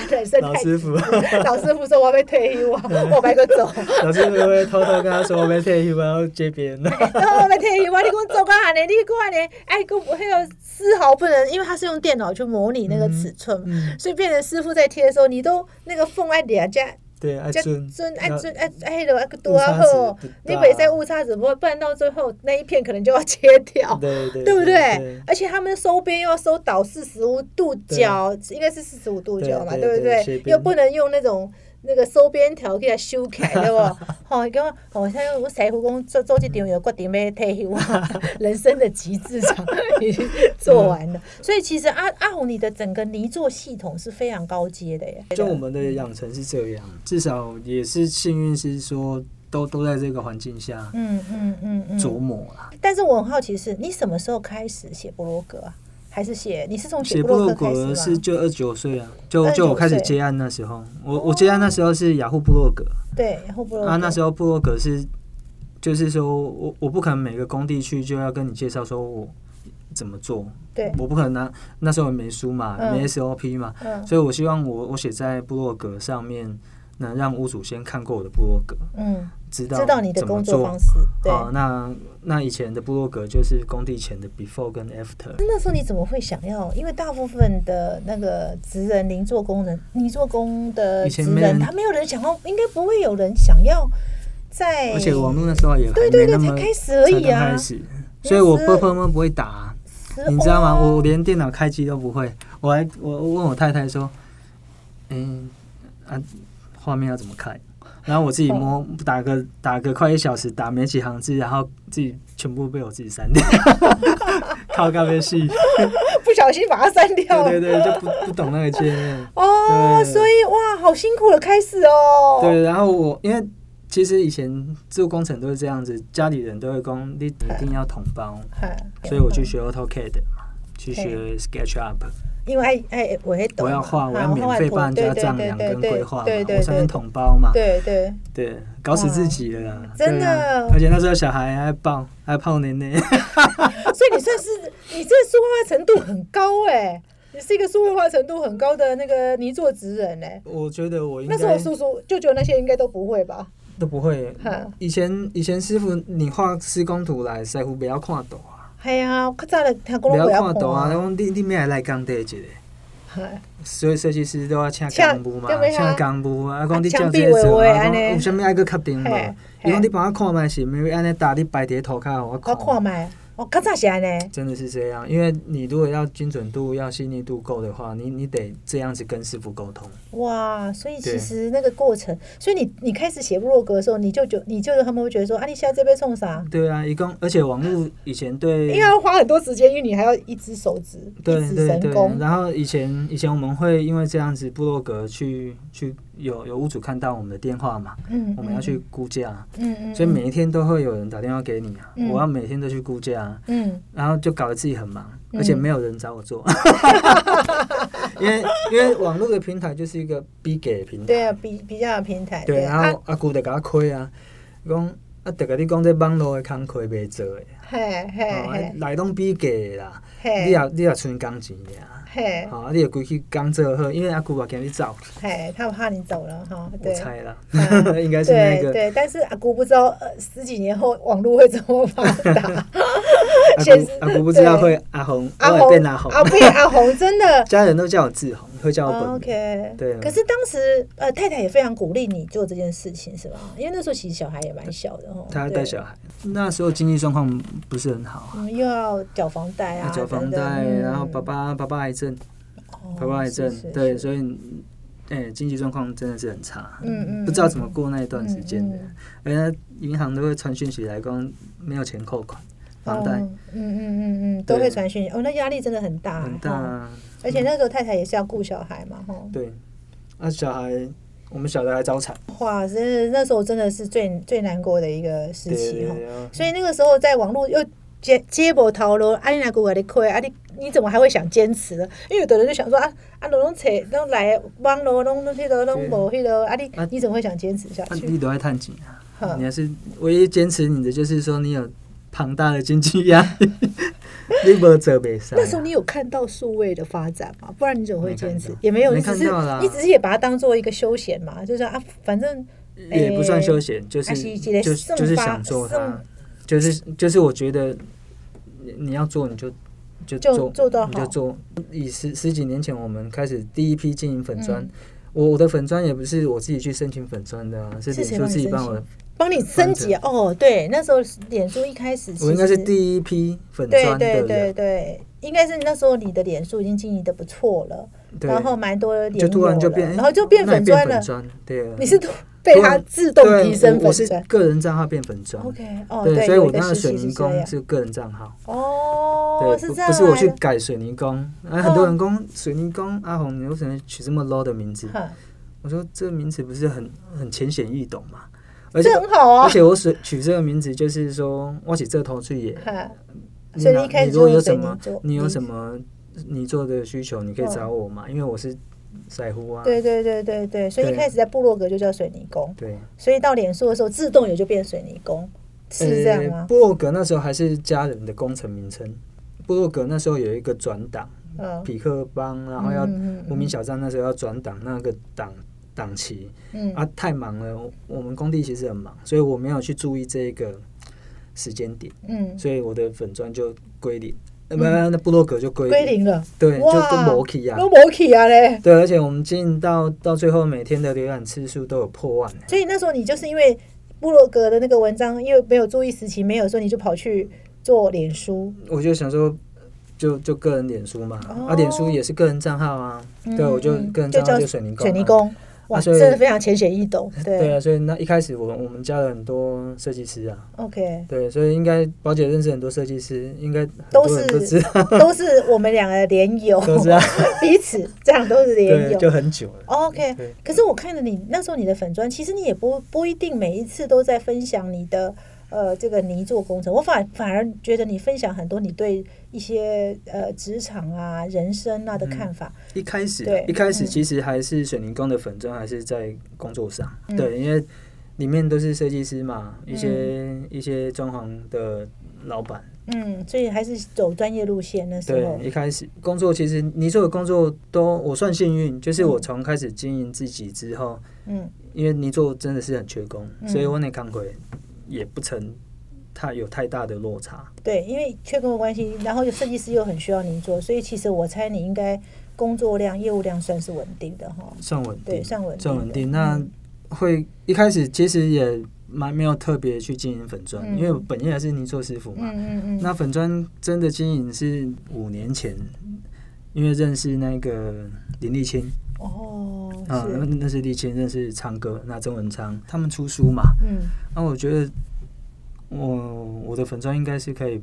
A: 人生
B: 老
A: 太
B: 师傅，
A: [laughs] 老师傅说我要被退休啊，我白个
B: [laughs]
A: 走，
B: 老师傅会偷偷跟他说我被退休，然后接别人的。 [laughs]
A: 然后我被退休啊，你给我走个安尼，你给我安尼，哎，我我还有丝毫不能，因为他是用电脑去模拟那个尺寸嘛，
B: 嗯，
A: 所以变成师傅在贴的时候，你都那个缝爱点加
B: 对，爱
A: 加
B: 尊
A: 尊爱
B: 要
A: 尊哎爱爱了多
B: 误
A: 啊
B: 差
A: 厚
B: 值不，
A: 你
B: 大
A: 每在误差怎么，不然到最后那一片可能就要切掉。
B: 对对
A: 对不对
B: 对？？
A: 而且他们收边又要收倒四十五度角，应该是四十五度角嘛，
B: 对
A: 对不
B: 对斜
A: 对？
B: 边
A: 又不能用那种那个收边条给它修起来，对不？
B: [laughs]
A: 好，跟我好像我师傅讲做做这场有决定要退休啊， [laughs] 人生的极致场已经做完
B: [laughs]
A: 了。所以其实阿阿红你的整个泥做系统是非常高阶的耶。
B: 就我们的养成是这样，至少也是幸运是说都都在这个环境下
A: 嗯嗯嗯嗯。
B: 琢磨啊啦。
A: 但是我很好奇是，你什么时候开始写博罗格啊？还是写你是从
B: 写
A: 写
B: 布
A: 博罗
B: 洛
A: 格开始吗
B: 格？是就二十九岁啊，就
A: 29
B: 就我开始
A: 岁
B: 接案那时候，我我接案那时候是雅虎布洛格
A: 对，然后博罗格
B: 啊，那时候布洛格是就是说我我不可能每个工地去就要跟你介绍说我怎么做，
A: 对，
B: 我不可能拿那时候也没书嘛，
A: 嗯
B: 没 SOP 嘛，
A: 嗯。
B: 所以我希望我我写在部落格上面，能让屋主先看过我的部落格，
A: 嗯，
B: 知道
A: 知道你的
B: 怎么
A: 工作
B: 做
A: 方式，对。
B: 好，那那以前的部落格就是工地前的 before 跟 after，
A: 那时候你怎么会想要？因为大部分的那个职人零做工人，你做工的
B: 以前
A: 职
B: 没
A: 人，
B: 人
A: 他没有人想要，应该不会有人想要在。
B: 而且网络那时候也还
A: 对对
B: 没
A: 对，
B: 那
A: 才
B: 么
A: 开始而
B: 才
A: 已
B: 刚
A: 啊
B: 开。始，所以我
A: 是
B: b u b 不会打啊、
A: 是
B: 你知道吗？
A: 哦
B: 我连电脑开机都不会，我还我我问我太太说，嗯、啊，画面要怎么开？然后我自己
A: 哦
B: 摸打个打个快一小时，打没几行字，然后自己全部被我自己删
A: [laughs]
B: 掉，靠咖啡戏，
A: 不小心把它删掉了。
B: 对对对，就不不懂那个界面。
A: 哦，
B: 对
A: 所以哇，好辛苦了，开始哦。
B: 对，然后我因为其实以前做工程都是这样子，家里人都会讲你一定要统包，
A: 嗨，
B: 所以我去
A: 嗯
B: 学 AutoCAD 嘛，去学 SketchUp。
A: 因为爱爱我会懂嘛，
B: 我要画，我要
A: 好
B: 免费帮人家丈量跟规划嘛，我才能。统包嘛
A: 画。对对对对对对对对对对，
B: 对，搞死自己了啦，
A: 真的
B: 对啊而且那时候小孩还抱，还泡奶奶，
A: [laughs]
B: [laughs]
A: 所以你算是你这个数位化程度很高哎、你是一个数位化程度很高的那个泥作职人哎、
B: 我觉得我应
A: 那时候
B: 该
A: 叔叔舅舅那些应该都不会吧？
B: 都不会
A: 哈。
B: 以前以前师傅你画施工图来，师傅不要看图啊，
A: 系啊，较早的听讲
B: 不
A: 拢
B: 要
A: 袂
B: 看图
A: 看
B: 啊，讲你你咩来来工地一个，
A: 嗨
B: 所有设计师都要请工布嘛
A: 请对，啊
B: 请工布啊，讲你
A: 枪
B: 照
A: 毙
B: 这个做
A: 话话
B: 啊，
A: 安
B: 讲
A: 尼
B: 有啥物爱去确定
A: 嘿
B: 无？伊讲
A: 嘿
B: 你帮我看卖是，毋是安尼搭你摆伫涂骹，我
A: 我
B: 看。
A: 看麦，我较早是安尼，
B: 真的是这样，因为你如果要精准度、要细腻度够的话，你你得这样子跟师傅沟通。
A: 哇！所以其
B: 对
A: 实那个过程，所以你你开始写部落格的时候，你舅舅你舅舅他们会觉得说啊，你现在这边冲啥？
B: 对啊，一共而且网络以前
A: 因
B: 对
A: 为要花很多时间，因为你还要一只手指，
B: 对
A: 哎一只
B: 对
A: 神
B: 对，
A: 功，
B: 然后以前以前我们会因为这样子部落格去去有有屋主看到我们的电话嘛，
A: 嗯，
B: 我们要去估价，
A: 嗯，嗯嗯，
B: 所以每一天都会有人打电话给你啊，
A: 嗯
B: 我要每天都去估价，
A: 嗯
B: 然后就搞得自己很忙，
A: 嗯
B: 而且没有人找我做，因为因为网络的平台就是
A: 嗯
B: 一个逼给的平台。
A: 对啊，比比较有平台，
B: 对，
A: 啊
B: 然后阿姑就甲我开啊，讲啊，逐个你讲这网络的工课袂做诶，
A: 嘿
B: 吼、
A: 嘿
B: 啊
A: 嘿
B: 来拢比价的啦，你啊
A: 嘿
B: 也你也剩工钱尔，
A: 嘿
B: 吼、啊，你也规去工做好，因为阿舅也惊你走，
A: 嘿，他怕你走了哈，
B: 我
A: 对。
B: 猜啦，
A: 嗯
B: [laughs] 应该是那
A: 对
B: 个
A: 对，但是阿姑不知道、呃、十几年后网络会怎么发达，
B: 阿
A: 显
B: 姑
A: 示
B: 阿姑不知道会阿红，
A: 阿
B: 我也
A: 红
B: 变阿红，
A: 阿变阿红，真
B: [laughs]
A: 的哦
B: 家人都叫我志宏，会叫我本名。
A: OK。
B: 对啊
A: 可是当时呃，太太也非常鼓励你做这件事情，是吧？因为那时候其实小孩也蛮小的哦，
B: 他
A: 对
B: 带小孩，那时候经济状况不是很好，
A: 嗯，又要缴房贷啊，
B: 缴房
A: 等等
B: 贷，
A: 嗯
B: 然后爸爸爸爸癌症，
A: 哦
B: 爸爸癌症
A: 是是，
B: 对，
A: 是
B: 所以哎、经济状况真的是很差，
A: 嗯嗯
B: 不知道怎么过那一段时间的
A: 嗯嗯，
B: 而且银行都会传讯息来讲没有钱扣款，房贷
A: 哦嗯嗯嗯嗯，都
B: 对
A: 会传讯息，哦，那压力真的很大，
B: 很大
A: 哦
B: 啊，
A: 而且那时候太太也是要顾小孩嘛，哈，
B: 对，啊小孩，我们小的还早产，
A: 哇，真的那时候真的是最最难过的一个时
B: 对
A: 期哦哈。
B: 对对，然后
A: 所以那个时候在网络又接接驳头路，啊，你哪个我的亏啊你？你怎么还会想坚持呢？因为有的人就想说啊啊，拢拢找拢来网络拢拢迄个拢无迄个啊，你
B: 啊
A: 你怎么会想坚持下
B: 啊
A: 去？
B: 你都在探景啊，
A: 呵
B: 你还是唯一坚持你的就是说你有庞大的经济压
A: [laughs]
B: 力，你无做袂使啊。
A: 那时候你有看到数位的发展吗？不然你怎么会坚持
B: 没看到？
A: 也没有，
B: 没
A: 你只是
B: 看到啦
A: 你只是也把它当做一个休闲嘛，就是啊，反正
B: 也不算休闲，就
A: 啊
B: 是
A: 是一个
B: 就是
A: 散
B: 就是
A: 发
B: 享受它
A: 散，
B: 就是就是我觉得你你要做你就就
A: 就
B: 做
A: 做到
B: 你
A: 好
B: 就做。以十十几年前我们开始第一批经营粉砖
A: 嗯，
B: 我我的粉砖也不是我自己去申请粉砖的啊，是
A: 是谁帮
B: 脸书
A: 你
B: 自己
A: 申
B: 帮我
A: 请，帮你升级
B: 反
A: 哦。对，那时候脸书一开始其实，
B: 我应该是第一批粉
A: 对
B: 砖的
A: 对对
B: 人，
A: 对，应该是那时候你的脸书已经经营的不错了。
B: 对，
A: 然后蛮多脸
B: 就突然
A: 友
B: 就
A: 了
B: 变，
A: 然后就变
B: 那
A: 粉
B: 你
A: 砖了
B: 粉。砖，对啊，
A: 你是被
B: 突
A: 它
B: 然
A: 自动
B: 对
A: 提升
B: 我我
A: 粉
B: 是
A: 砖
B: 个人账号变粉砖，
A: ？OK，哦，
B: 对，
A: 对，
B: 所以
A: 有
B: 我
A: 一个
B: 当时
A: 时
B: 水
A: 期
B: 泥
A: 是这
B: 工
A: 样。
B: 是个人账号。
A: 哦，
B: 对，
A: 是
B: 不
A: 这样哦
B: 不
A: 来的。
B: 是我去改水泥工，啊，很多人工水泥工阿红，你为什么取这么 low 的名字？
A: 哼，
B: 我说这名字不是很很浅显易懂嘛，而且
A: 这很好
B: 而
A: 啊。
B: 且我取取这个名字就是说，我起这头去也，
A: 哼
B: 嗯你
A: 所以
B: 哪
A: 一开始
B: 你如果
A: 就嗯用
B: 有
A: 水泥做
B: 什么你有
A: 泥
B: 什么你做的需求，你可以
A: 嗯
B: 找我嘛，因为我是赛乎啊，
A: 对对对对对，所以一
B: 对
A: 开始在部落格就叫水泥工，
B: 对，
A: 所以到脸书的时候自动也就变水泥工，是这样
B: 呃
A: 吗？
B: 部落格那时候还是家人的工程名称，部落格那时候有一个转档，
A: 嗯，
B: 匹克帮，呃然后要
A: 嗯嗯嗯
B: 无名小站那时候要转档那个档档期
A: 嗯
B: 啊，太忙了。我我们工地其实很忙，所以我没有去注意这个时间点，
A: 嗯，
B: 所以我的粉砖就归零，呃，不，那部落格就归
A: 归，零了，
B: 对，就
A: 哇
B: 都没起啊
A: 都。没起啊嘞。
B: 对，而且我们进到到最后，每天的浏览次数都有破万。
A: 所以那时候你就是因为部落格的那个文章，因为没有注意时期，没有说你就跑去做脸书，
B: 我就想说，就就个人脸书嘛，
A: 哦嗯
B: 啊，脸书也是个人账号啊，对，我就个人
A: 就
B: 账号
A: 叫
B: 就水泥工啊，
A: 水泥工，哇，
B: 啊所以
A: 真的非常浅显易懂，
B: 对
A: 对
B: 啊，所以那一开始我我们加了很多设计师啊，
A: ，OK，
B: 对，所以应该宝姐认识很多设计师，应该很
A: 都
B: 多人都
A: 是 [laughs]
B: 知道，
A: 都是我们两个连友，
B: 都知道，
A: [laughs] 彼此这样都是连
B: 对，
A: 友。
B: 就很久了。
A: OK，
B: 对
A: 可是我看了你那时候你的粉砖，其实你也不不一定每一次都在分享你的呃这个泥做工程，我反反而觉得你分享很多你对一些呃职场啊、人生啊的看法。
B: 一开始啊
A: 对，
B: 一开始
A: 嗯
B: 其实还是水泥工的粉砖，还是在工作上，
A: 嗯
B: 对，因为里面都是设计师嘛，一些一些装潢的老板，
A: 嗯，所以还是走专业路线那时
B: 对
A: 候，。
B: 一开始工作其实你做的工作都我算幸运，就是我从开始经营自己之后，
A: 嗯
B: 因为泥做真的是很缺工，
A: 嗯
B: 所以我那康奎也不曾太有太大的落差。
A: 对，因为缺工的关系，然后有设计师又很需要你做，所以其实我猜你应该工作量、业务量算是稳定的哈。
B: 算稳定，
A: 对算稳定的嗯
B: 那会一开始其实也蛮没有特别去经营粉砖，
A: 嗯
B: 因为我本业还是泥做师傅嘛。
A: 嗯嗯嗯，
B: 那粉砖真的经营是五年前，因为认识那个林立清
A: 哦，
B: 啊，
A: 是，
B: 认识立清，认识昌哥，那曾文昌他们出书嘛。
A: 嗯
B: 那我觉得我我的粉砖应该是可以，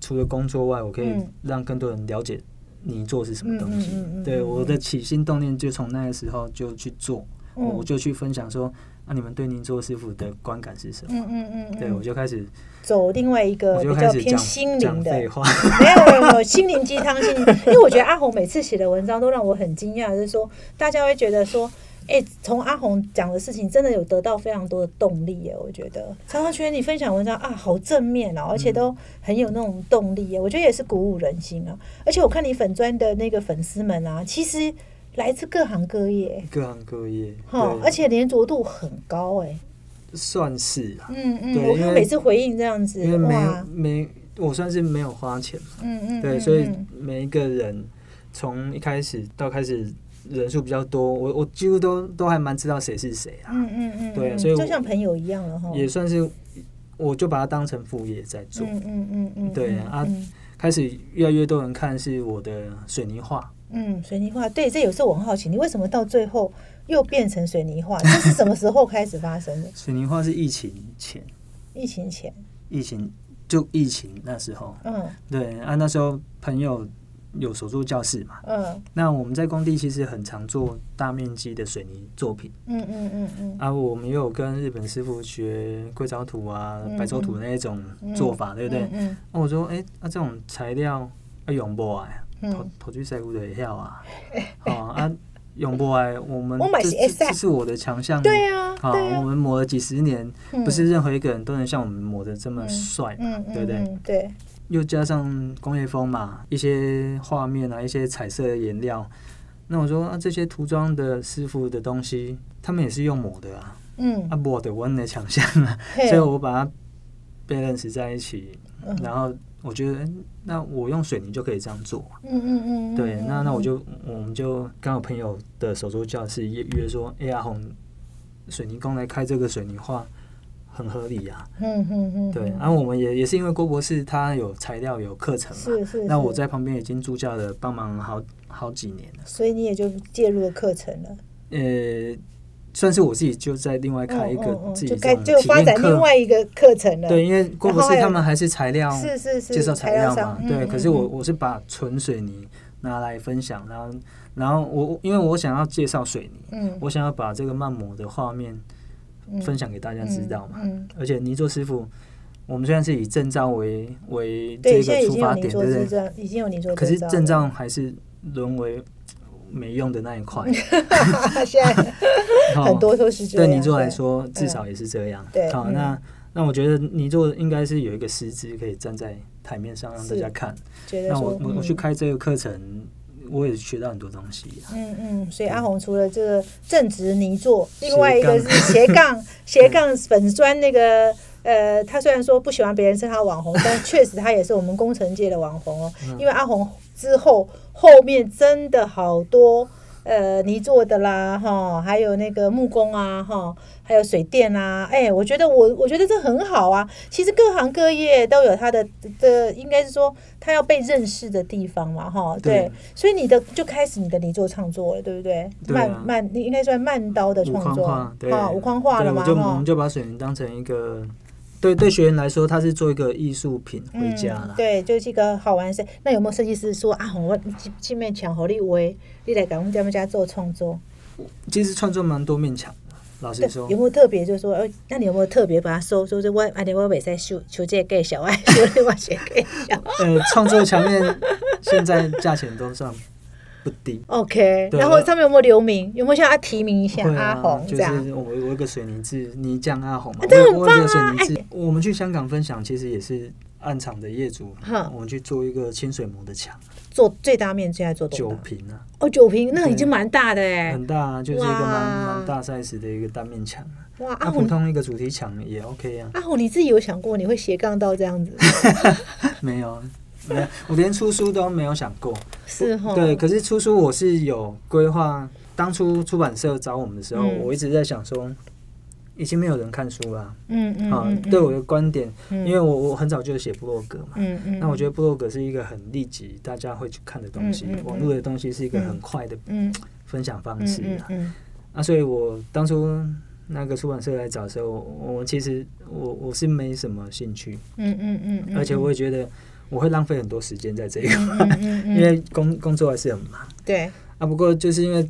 B: 除了工作外，我可以
A: 嗯
B: 让更多人了解你做是什么东西。
A: 嗯嗯嗯嗯嗯
B: 对
A: 嗯
B: 我的起心动念就从那个时候就去做，我
A: 嗯
B: 就去分享说，那、你们对您做师傅的观感是什么？
A: 嗯嗯嗯，
B: 对，我就开始，
A: 走另外一个
B: 我
A: 比
B: 就开
A: 较
B: 始
A: 偏
B: 讲
A: 心
B: 讲
A: 灵的，
B: 废
A: [laughs]
B: 话。[laughs]
A: 没有没有没有心灵 [laughs] 鸡汤，心灵，因为我觉得阿红每次写的文章都让我很惊讶，就是说大家会觉得说。哎，从阿红讲的事情，真的有得到非常多的动力耶！我觉得常常觉得你分享文章啊，好正面
B: 嗯
A: 哦，而且都很有那种动力耶，我觉得也是鼓舞人心啊。而且我看你粉砖的那个粉丝们啊，其实来自各行各业
B: 各行各业，
A: 哈，
B: 对
A: 而且连着度很高哎。
B: 算是啊，
A: 嗯嗯，
B: 对
A: 我
B: 因
A: 看
B: 为
A: 每次回应这样子
B: 因为，没
A: 哇，
B: 没我算是没有花钱，
A: 嗯嗯，
B: 对，
A: 嗯
B: 所以
A: 嗯
B: 每一个人从一开始到开始人数比较多，我我几乎都都还蛮知道谁是谁啊，
A: 嗯哦嗯嗯，
B: 对
A: 嗯
B: 所以
A: 就
B: 我
A: 像朋友一样了哈。
B: 也算是我就把它当成副业在做。
A: 嗯嗯嗯嗯，
B: 对
A: 嗯
B: 啊
A: 嗯
B: 开始越来越多人看是我的水泥画，？
A: 嗯，水泥画，对，这有时候我很好奇，你为什么到最后又变成水泥画？这是什么时候开始发生的
B: 水泥画是疫情前，
A: 疫情前，
B: 疫情就疫情那时候，
A: 嗯
B: 对啊，那时候朋友有手作教室嘛，
A: 嗯
B: 那我们在工地其实很常做大面积的水泥作品。
A: 嗯嗯嗯嗯，
B: 啊，我们也有跟日本师傅学硅藻土啊、白藻土那一种
A: 嗯
B: 做法，对不对？
A: 嗯
B: 那、我说，哎、啊，这种材料啊用不来，
A: 嗯
B: 头头去晒骨的晓
A: [laughs]
B: 啊，哦啊用不来，我们
A: 我嘛
B: 这
A: 是会
B: 这这
A: 使
B: 是我的强项，
A: 嗯，对啊，
B: 好、
A: 对
B: 我
A: 啊，
B: 们磨了几十年，
A: 嗯
B: 不是任何一个人都能像我们磨的这么帅嘛，
A: 嗯嗯
B: 对不对？
A: 嗯对，
B: 又加上工业风嘛，一些画面啊，一些彩色的颜料，那我说啊，这些涂装的师傅的东西，他们也是用磨的啊，
A: 嗯，
B: 啊，我的我的强项啊，
A: [laughs] 嘿
B: 所以我把它 balance 在一起，
A: 嗯
B: 然后我觉得，诶那我用水泥就可以这样做，
A: 嗯嗯嗯，嗯
B: 对，
A: 嗯
B: 那那我
A: 嗯
B: 就我们就刚好朋友的手作教室约约说，哎、呀，红水泥工来开这个水泥画。很合理呀、
A: 嗯嗯嗯，
B: 对，啊
A: 嗯
B: 然、后我们也也是因为郭博士他有材料有课程嘛，
A: 是是，
B: 那
A: 是
B: 我，在旁边已经助教了，帮忙好好几年了。
A: 所以你也就介入了课程了，
B: 呃，算是我自己就在另外开一
A: 嗯嗯
B: 个
A: 嗯
B: 自己
A: 就
B: 这
A: 该
B: 种
A: 就
B: 体
A: 发
B: 验
A: 展另
B: 课。
A: 外一个课程了，
B: 对，因为郭博
A: 然后
B: 士
A: 还有
B: 他们还是材料
A: 是是是，
B: 介绍材料嘛
A: 商，
B: 对。
A: 嗯
B: 可
A: 嗯
B: 是我
A: 嗯
B: 我是把纯水泥拿来分享，然后然后我我因为我想要介绍水泥，
A: 嗯
B: 我想要把这个慢磨的画面
A: 嗯
B: 分享给大家知道嘛。
A: 嗯，嗯
B: 而且泥做师傅，我们虽然是以证照为为
A: 对，
B: 这
A: 现在
B: 个
A: 已
B: 出
A: 经有
B: 发
A: 你
B: 点，
A: 做
B: 对不
A: 证
B: 对？
A: 照，已经有你做
B: 可是
A: 证
B: 症
A: 照
B: 状还是沦为没用的那一
A: [laughs]
B: 块，
A: 了， [laughs] 现在
B: [laughs] 哦
A: 很多都是这
B: 对
A: 样。嗯
B: 泥做来，说，至少也是这样。
A: 对
B: 好，
A: 嗯
B: 那那我觉得泥做应该是有一个师资可以站在台面上让大
A: 是
B: 家看。
A: 觉得
B: 那
A: 说
B: 我我我去
A: 嗯
B: 开这个课程，我也学到很多东西啊。
A: 嗯嗯，所以阿红除了这个正直泥做，另
B: 斜
A: 外一个
B: 杠
A: 是斜
B: [laughs]
A: 杠斜杠粉砖那个。呃，他虽然说不喜欢别人称他网红，但确实他也是我们工程界的网红哦。
B: 嗯
A: 因为阿红之后后面真的好多呃泥做的啦，哈，还有那个木工啊，哈，还有水电啊，哎、我觉得我我觉得这很好啊。其实各行各业都有它的的，应该是说它要被认识的地方嘛，哈，对
B: 对。
A: 所以你的就开始你的泥作创作了，对不对？
B: 对啊
A: 慢慢，你应该算慢刀的
B: 五
A: 创
B: 框
A: 作，
B: 画，对，
A: 啊，无框化了
B: 对
A: 嘛，
B: 我就我
A: 哈
B: 们。就把水泥当成一个，对对学员来说，它是做一个艺术品回家
A: 嗯
B: 啦。，
A: 对，就是一个好玩的事。那有没有设计师说啊，我这这面墙好你围，你来给我们家家做创作？
B: 其实创作蛮多面墙的，老实
A: 对，
B: 说
A: 有，没有特别就是说，呃，那你有没有特别把它收？就是我，啊，你我袂使修修这个小 [laughs] 爱，修另外这个小。
B: [laughs] 呃，创作墙面现在价钱都算不低。
A: OK，
B: 对
A: 然后上面有没有留名？有没有向他提名一下
B: 会
A: 阿
B: 啊，
A: 红
B: 就
A: 这
B: 是
A: 样？
B: 我我有一个水泥字泥匠阿红嘛，
A: 啊这很
B: 我有我有一个水
A: 棒啊
B: 泥字。我们去香港分享，其实也是暗场的业主
A: 哼，
B: 我们去做一个清水模的墙，
A: 做最大面积还做多
B: 酒
A: 大？
B: 瓶啊，
A: 哦，九瓶，那已
B: 对
A: 经蛮大的哎、
B: 很大啊，就是一个蛮
A: 哇
B: 蛮大 size 的一个单面墙啊。
A: 哇，阿
B: 那普
A: 红，
B: 通一个主题墙也 OK 啊，
A: 阿红，你自己有想过你会斜杠到这样
B: [laughs]
A: 子？
B: 没有。没有，我连出书都没有想过。
A: 是哈？
B: 对，可是出书我是有规划。当初出版社找我们的时候，
A: 嗯
B: 我一直在想说，已经没有人看书了。
A: 嗯嗯
B: 啊
A: 嗯，，
B: 对我的观点，
A: 嗯
B: 因为我我很早就写部落格嘛，
A: 嗯嗯，
B: 那我觉得部落格是一个很立即大家会去看的东西
A: 嗯嗯，嗯
B: 网络的东西是一个很快的
A: 嗯
B: 分享方
A: 嗯
B: 式
A: 嗯
B: 啊。
A: 嗯
B: 啊，所以我当初那个出版社来找的时候，我我其实我我是没什么兴趣，
A: 嗯嗯嗯嗯，
B: 而且我也觉得我会浪费很多时间在这一块，
A: 嗯
B: [laughs]
A: 嗯嗯
B: 因为工工作还是很忙
A: 对
B: 啊。不过就是因为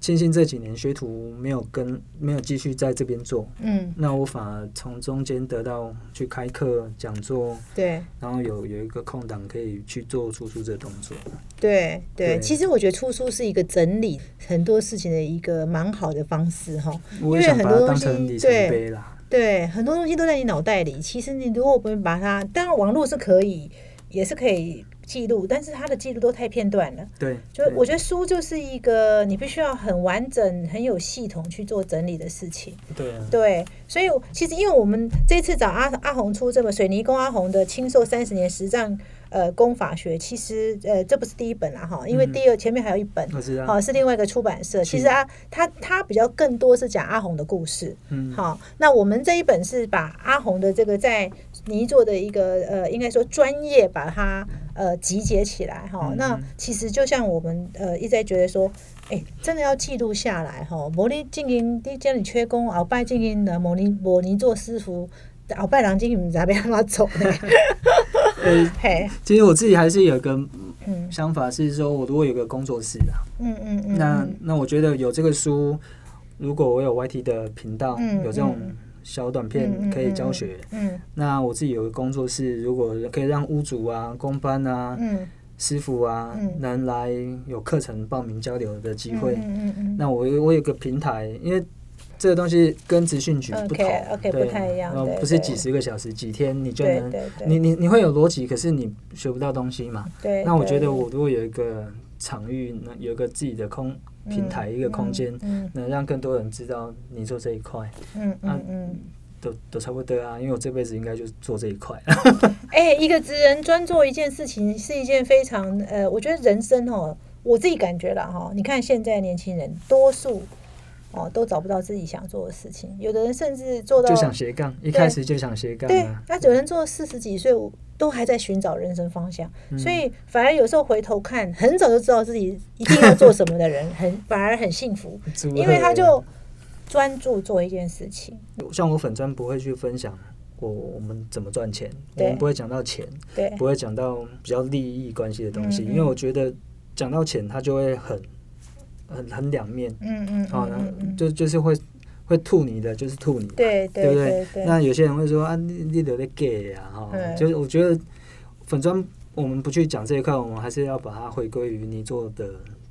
B: 庆幸这几年学徒没有跟没有继续在这边做，
A: 嗯，
B: 那我反而从中间得到去开课讲座，
A: 对
B: 然后有有一个空档可以去做出书这个动作。
A: 对对，
B: 对
A: 其实我觉得出书是一个整理很多事情的一个蛮好的方式哈。
B: 我也
A: 为
B: 想
A: 很
B: 把
A: 多
B: 它
A: 东
B: 当
A: 西
B: 成里程
A: 对
B: 碑啦。
A: 对，很多东西都在你脑袋里。其实你如果不把它，当然网络是可以，也是可以记录，但是它的记录都太片段了。
B: 对，
A: 就
B: 对
A: 我觉得书就是一个你必须要很完整、很有系统去做整理的事情。
B: 对啊，
A: 对，所以其实因为我们这次找阿阿红出这本《水泥工阿红的清授三十年实战呃功法学》，其实呃这不是第一本啦哈，因为
B: 嗯
A: 第二、前面还有一本。
B: 我知道。
A: 好，是另外一个出版社。其
B: 啊是
A: 实啊，他他比较更多是讲阿红的故事。
B: 嗯，
A: 好，那我们这一本是把阿红的这个在泥做的一个呃，应该说专业把它呃集结起来哈。
B: 嗯
A: 那
B: 嗯
A: 其实就像我们呃一直在觉得说，哎、真的要记录下来哈。摩尼经营，你家里缺工，鳌拜经营的摩尼摩尼做师傅，鳌拜郎经营咋被他走呢？
B: [laughs] 呃，
A: [laughs] 嘿，
B: 其实我自己还是有一个
A: 嗯
B: 想法是说，我如果有个工作室啊，
A: 嗯嗯嗯，
B: 那
A: 嗯
B: 那我觉得有这个书，如果我有 YT 的频道，
A: 嗯
B: 有这种
A: 嗯
B: 小短
A: 嗯
B: 片
A: 嗯
B: 可以教学，
A: 嗯
B: 那我自己有个工作室，如果可以让屋主啊、工班啊、
A: 嗯
B: 师傅啊、
A: 嗯
B: 能来有课程报名交流的机会，
A: 嗯嗯嗯
B: 那我我有个平台，因为这个东西跟职训局不同
A: OK，OK，
B: 对
A: 不太一样
B: 呃
A: 对
B: 不是
A: 对
B: 几十个小时、几天你就
A: 对
B: 能，
A: 对对，
B: 你你你会有逻辑，可是你学不到东西嘛。
A: 对，
B: 那我
A: 对
B: 觉得我如果有一个场域，那有一个自己的空平台、一个空间，
A: 嗯
B: 能让更多人知道你做这一块，
A: 嗯
B: 啊
A: 嗯嗯。
B: 都都差不多啊，因为我这辈子应该就做这一块。
A: 哎、一个职人专做一件事情是一件非常呃，我觉得人生哦，我自己感觉了哈。你看现在年轻人多数哦都找不到自己想做的事情，有的人甚至做到
B: [laughs] 就想斜杠，一开始就想斜杠
A: 对
B: 啊，，
A: 那有人做四十几岁都还在寻找人生方向，
B: 嗯
A: 所以反而有时候回头看，很早就知道自己一定要做什么的人， [laughs] 很反而很幸福，
B: 祝
A: 因为
B: 贺
A: 他就专注做一件事情。
B: 像我粉专不会去分享我我们怎么赚钱，我
A: 对
B: 们不会讲到钱，
A: 对，
B: 不会讲到比较利益关系的东西，
A: 嗯嗯
B: 因为我觉得讲到钱，它就会很很很两面
A: 嗯嗯，嗯
B: 啊，然后
A: 嗯嗯
B: 就就是会会吐你的，就是吐你嘛，
A: 对对
B: 不
A: 对对，
B: 那有些人会说啊，你你得在 gay 啊，哈、
A: 嗯
B: 就是我觉得粉专我们不去讲这一块，我们还是要把它回归于你做的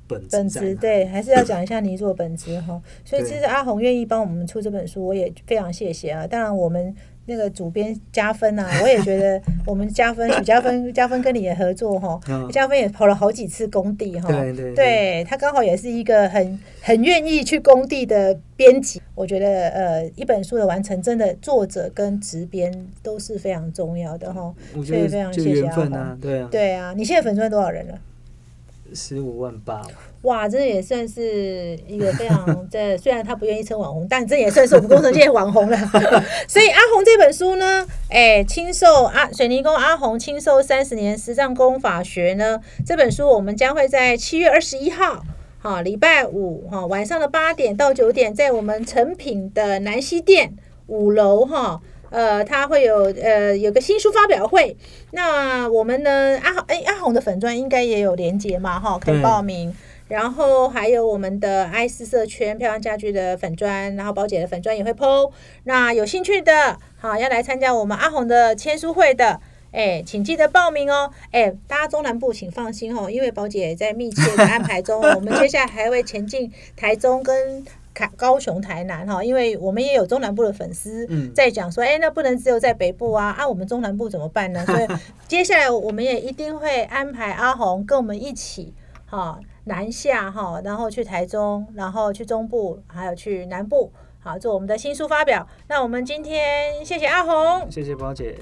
B: 本质
A: 本
B: 在
A: 质
B: 哪
A: 对，还是要讲一下泥做本质哈。所以其
B: 对
A: 实阿红愿意帮我们出这本书，我也非常谢谢啊。当然我们那个主编加分啊，我也觉得我们加分，许加 [laughs] 分，加分跟你也合作哈。
B: 嗯
A: 加分也跑了好几次工地哈，
B: 对对
A: 对他刚好也是一个很很愿意去工地的编辑。我觉得呃，一本书的完成，真的作者跟执编都是非常重要的哈。
B: 我
A: 所
B: 觉
A: 以非
B: 得
A: 常
B: 就
A: 谢谢
B: 缘分
A: 阿
B: 啊，对啊，
A: 对啊，你现在粉钻多少人了？
B: 十五万八，
A: 哇，这也算是一个非常这，虽然他不愿意称网红，但这也算是我们工程界的网红了。所以阿红这本书呢，哎，亲授阿水泥工阿红亲授三十年实战工法学呢，这本书我们将会在七月二十一号。好，礼拜五哈晚上的八点到九点，在我们成品的南西店五楼哈，呃，它会有呃有个新书发表会。那我们呢，阿哎阿红的粉砖应该也有连接嘛哈，可以
B: 对
A: 报名。然后还有我们的爱思社圈漂亮家居的粉砖，然后宝姐的粉砖也会 PO。那有兴趣的，好要来参加我们阿红的签书会的。哎，请记得报名哦！哎，大家中南部请放心哦，因为宝姐也在密切的安排中哦，我们接下来还会前进台中跟台高雄、台南哈、哦，因为我们也有中南部的粉丝
B: 嗯
A: 在讲说，哎、那不能只有在北部啊，啊，我们中南部怎么办呢？所以接下来我们也一定会安排阿红跟我们一起哈、南下哈、然后去台中，然后去中部，还有去南部，好做我们的新书发表。那我们今天谢谢阿红，
B: 谢谢包姐，